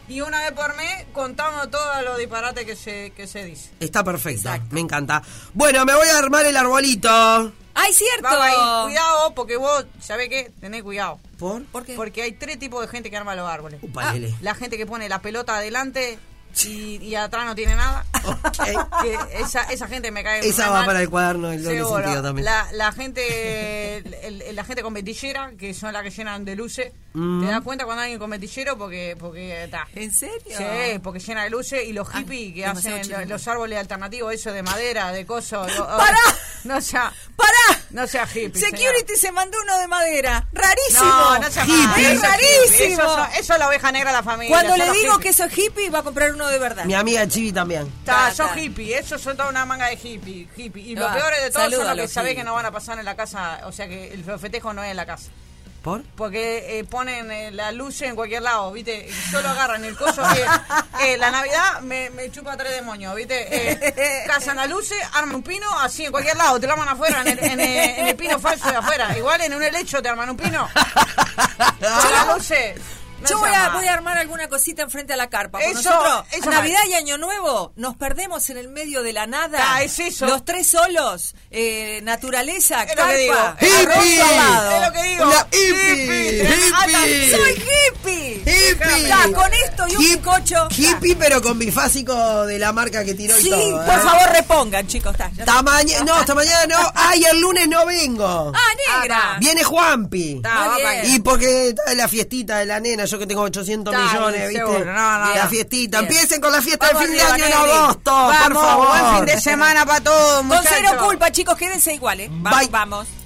Y una vez por mes contamos todos los disparates que se, que se dice. Está perfecta. Me encanta. Bueno, me voy a armar el arbolito. ¡Ay, cierto! Vamos ahí, cuidado, porque vos, ¿sabés qué? Tenés cuidado. ¿Por? Uh, ¿Por qué? Ah. Porque hay tres tipos de gente que arma los árboles. Upalele. La gente que pone la pelota adelante y, y atrás no tiene nada. Ok. Que esa, esa gente me cae Esa re va mal. para el cuaderno del doble Seguro. sentido también. La, la gente el- el- la gente con ventillera, que son las que llenan de luces. Mm. ¿Te das cuenta cuando hay alguien con ventillero? Porque porque está. ¿En serio? Sí, porque llena de luces y los hippies que demasiado hacen chiringo. los árboles alternativos, eso de madera, de coso. lo- ¡Pará! No sea, ¡Pará! no sea hippie. señor. Security se mandó uno de madera. ¡Rarísimo! No, no sea Hippie. hippie. ¡Es rarísimo! Eso, son- eso es la oveja negra de la familia. Cuando son le los digo hippies. que eso es hippie, va a comprar uno de verdad. Mi amiga Chivi también. Ta, Ta, son ta. hippie, esos son toda una manga de hippie, hippie. Y lo Ah, peor de todo son saluda los a que los sabés que hippies. no van a pasar en la casa, o sea que el festejo no es en la casa. ¿Por? Porque eh, ponen eh, la luz en cualquier lado, ¿viste? Y Solo agarran el coso. que, eh, la Navidad me, me chupa tres demonios, ¿viste? Eh, cazan las luces, arman un pino, así en cualquier lado, te lo arman afuera, en el, en el- en el pino falso de afuera. Igual en un helecho te arman un pino. Yo las luces. no Yo se voy a, arman. voy a armar alguna cosita enfrente a la carpa. porque Eso- nosotros, eso no Navidad es. y Año Nuevo, nos perdemos en el medio de la nada. Ah, es eso. Los tres solos, eh, naturaleza, Es lo carpa, que digo. ¡Hippie! arroz salado. Es lo que digo. Una hippie. Hippie. Hippie. Ah, ¡Soy hippie! ¡Hippie! Ya, con esto y un Hip- bizcocho. Hippie, pero con bifásico de la marca que tiró y Sí, todo. por ¿eh? favor repongan, chicos. está, ya está. Hasta maña- no, hasta mañana no. Ay, el lunes no vengo. Ah, negra. Viene Juanpi. Ta, va Muy pa' bien. Y porque está la fiestita de la nena, yo que tengo 800 Está millones, bien, ¿viste? seguro, no, no, la no. fiestita. Bien. Empiecen con la fiesta de Vamos fin de arriba, año en Negri. agosto, por Vamos, favor. buen fin de semana para todos, Con muchachos. cero culpa, chicos, quédense iguales. Vamos, Bye. vamos.